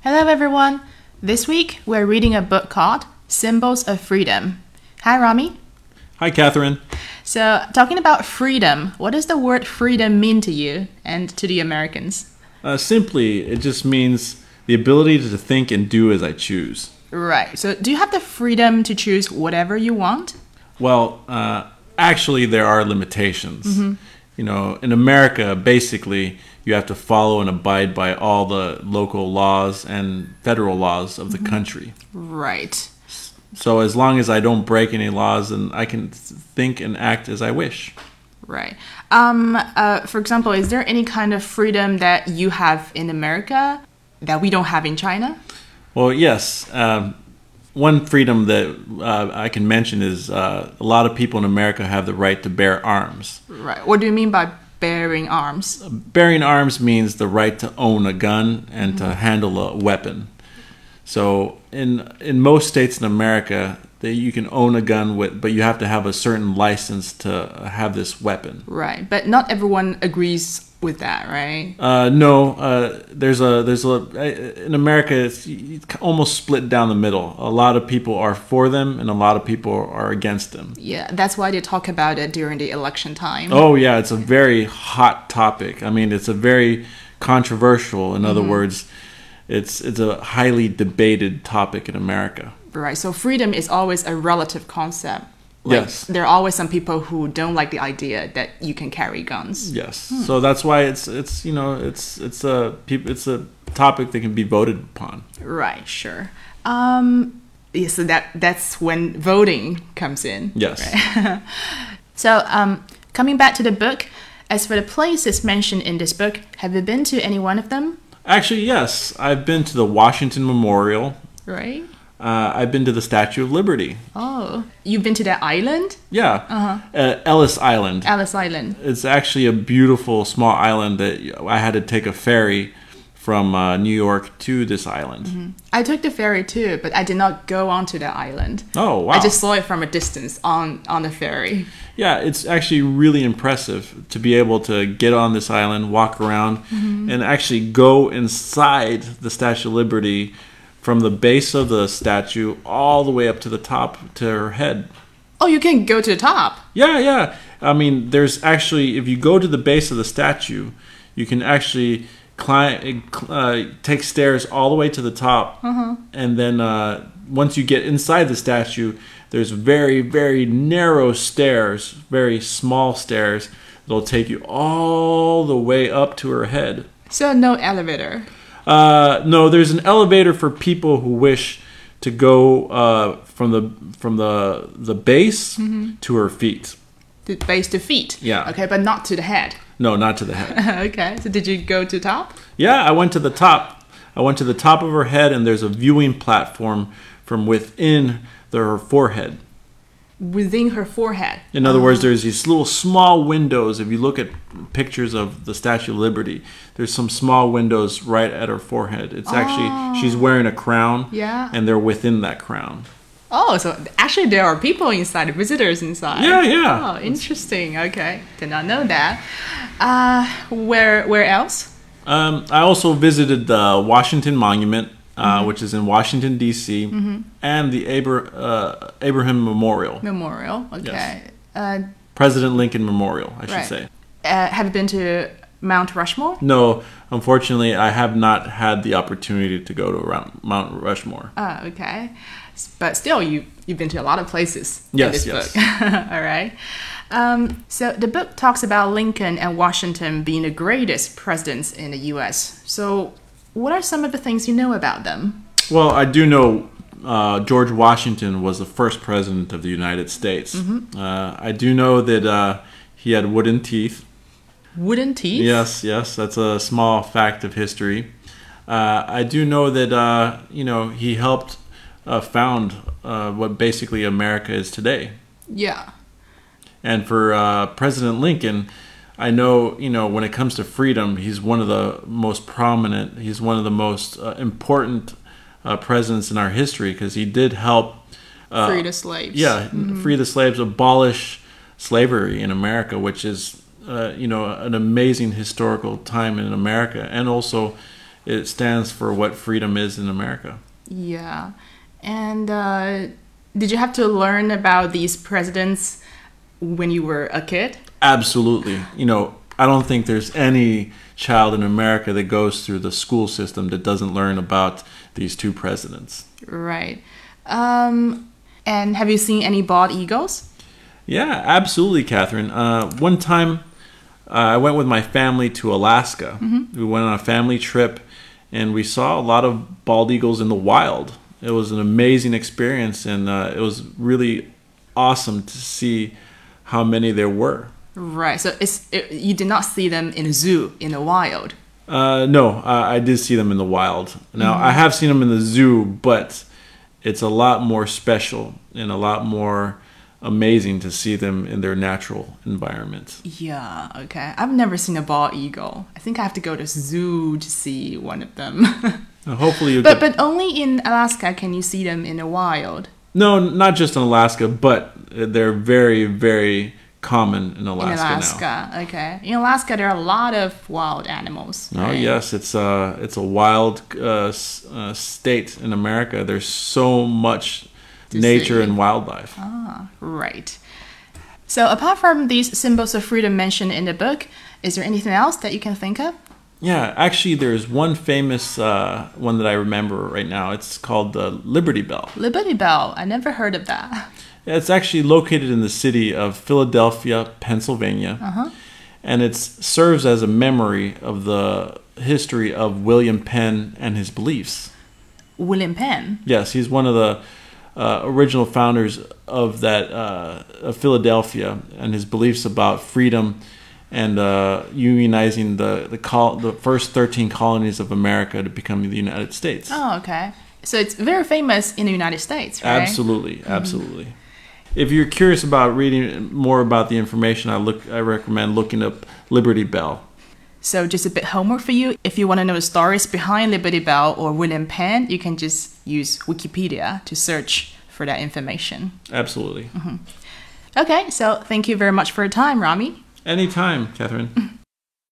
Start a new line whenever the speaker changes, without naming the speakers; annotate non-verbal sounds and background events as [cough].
Hello, everyone. This week we're reading a book called Symbols of Freedom. Hi, Rami.
Hi, Catherine.
So, talking about freedom, what does the word freedom mean to you and to the Americans?
Uh, simply, it just means the ability to think and do as I choose.
Right. So, do you have the freedom to choose whatever you want?
Well, uh, actually, there are limitations. You know, in America, basically, you have to follow and abide by all the local laws and federal laws of the country.
Right.
So, as long as I don't break any laws, then I can th- think and act as I wish.
Right. Um, uh, for example, is there any kind of freedom that you have in America that we don't have in China?
Well, yes. Um, one freedom that uh, I can mention is uh, a lot of people in America have the right to bear arms.
Right. What do you mean by bearing arms?
Bearing arms means the right to own a gun and to handle a weapon. So in in most states in America, that you can own a gun with, but you have to have a certain license to have this weapon.
Right. But not everyone agrees with that, right?
Uh, no, uh, there's a there's a in America it's, it's almost split down the middle. A lot of people are for them, and a lot of people are against them.
Yeah, that's why they talk about it during the election time.
Oh yeah, it's a very hot topic. I mean, it's a very controversial. In other words, it's it's a highly debated topic in America.
Right. So freedom is always a relative concept.
Yes.
There are always some people who don't like the idea that you can carry guns.
Yes. So that's why it's it's you know it's it's a peop- it's a topic that can be voted upon.
Right, sure. Um yeah, so that that's when voting comes in.
Yes.
So, um, coming back to the book, as for the places mentioned in this book, have you been to any one of them?
[laughs] Actually, yes. I've been to the Washington Memorial.
Right?
Uh, I've been to the Statue of Liberty.
Oh, you've been to that island,
Yeah. Uh-huh. Uh, Ellis Island.
Ellis Island.
It's actually a beautiful small island that I had to take a ferry from uh, New York to this island.
I took the ferry too, but I did not go onto the island.
Oh wow!
I just saw it from a distance on on the ferry.
Yeah, it's actually really impressive to be able to get on this island, walk around,
Mm-hmm.
and actually go inside the Statue of Liberty from the base of the statue all the way up to the top to her head.
[laughs] Oh, you can go to the top.
Yeah, yeah. I mean, there's actually, if you go to the base of the statue, you can actually climb, uh, take stairs all the way to the top. And then uh, once you get inside the statue, there's very, very narrow stairs, very small stairs that'll take you all the way up to her head.
So no elevator.
Uh, no, there's an elevator for people who wish to go uh, from the from the the base to her feet.
To base to feet.
Yeah.
Okay, but not to the head. [laughs]
No, not to the head.
okay. So did you go to top?
Yeah, I went to the top. I went to the top of her head, and there's a viewing platform from within the, her forehead.
Within her forehead.
In other words, there's these little small windows. If you look at pictures of the Statue of Liberty, there's some small windows right at her forehead. It's actually she's wearing a crown,
Oh. Yeah.
and they're within that crown.
Oh, so actually there are people inside, visitors inside.
Yeah, yeah.
Oh, interesting. Okay, did not know that. Uh, where where else?
Um, I also visited the Washington Monument, uh,
Mm-hmm.
which is in Washington D.C., and the Abra- uh, Abraham Memorial,
Memorial. Okay.
Yes.
Uh,
President Lincoln Memorial, I should
right.
say.
Uh, have you been to Mount Rushmore?
No, unfortunately, I have not had the opportunity to go to around Mount Rushmore.
Oh, okay. S- But still, you you've been to a lot of places. in
Yes,
this
yes.
Book. [laughs] All right. Um, so the book talks about Lincoln and Washington being the greatest presidents in the U.S. So, what are some of the things you know about them?
Well, I do know uh, George Washington was the first president of the United States. Uh, I do know that uh, he had wooden teeth.
Wooden teeth.
Yes, yes, that's a small fact of history. Uh, I do know that uh, you know he helped uh, found uh, what basically America is today.
Yeah.
And for uh, President Lincoln, I know you know when it comes to freedom, he's one of the most prominent. He's one of the most uh, important uh, presidents in our history because he did help. Uh,
free to slaves. Mm-hmm.
Yeah, free the slaves, abolish slavery in America, which is uh, you know an amazing historical time in America, and also it stands for what freedom is in America.
Yeah. And uh, did you have to learn about these presidents when you were a kid?
Absolutely. You know, I don't think there's any child in America that goes through the school system that doesn't learn about these two presidents.
Right. Um, and have you seen any bald eagles?
Yeah, absolutely, Catherine. Uh, one time, uh, I went with my family to Alaska. We went on a family trip, and we saw a lot of bald eagles in the wild. It was an amazing experience, and uh, it was really awesome to see how many there were.
Right. So it's it, you did not see them in a zoo in the wild.
Uh, no, uh, I did see them in the wild. Now
Mm-hmm.
I have seen them in the zoo, but it's a lot more special and a lot more amazing to see them in their natural environment.
Yeah. Okay. I've never seen a bald eagle. I think I have to go to zoo to see one of them. [laughs]
Now, hopefully, you
but
get-
but only in Alaska can you see them in the wild.
no, not just in Alaska, but they're very, very common in
In
Alaska,
Alaska, okay. In Alaska, there are a lot of wild animals.
now. Oh
right?
yes, it's a it's a wild uh, s- uh, state in America. There's so much
To
nature
see.
and wildlife.
Right. So, apart from these symbols of freedom mentioned in the book, is there anything else that you can think of?
Yeah, actually, there's one famous uh, one that I remember right now. It's called the Liberty Bell.
Liberty Bell. I never heard of that.
It's actually located in the city of Philadelphia, Pennsylvania, and it serves as a memory of the history of William Penn and his beliefs.
William Penn.
Yes, he's one of the uh, original founders of that uh, of Philadelphia and his beliefs about freedom and uh, unionizing the the, col- the first 13 colonies of America to become the United States.
Oh, okay. So it's very famous in the United States, right?
Absolutely, absolutely. If you're curious about reading more about the information, I look I recommend looking up Liberty Bell.
So just a bit homework for you. If you want to know the stories behind Liberty Bell or William Penn, you can just use Wikipedia to search for that information.
Absolutely.
Okay, so thank you very much for your time, Rami.
Anytime, Catherine.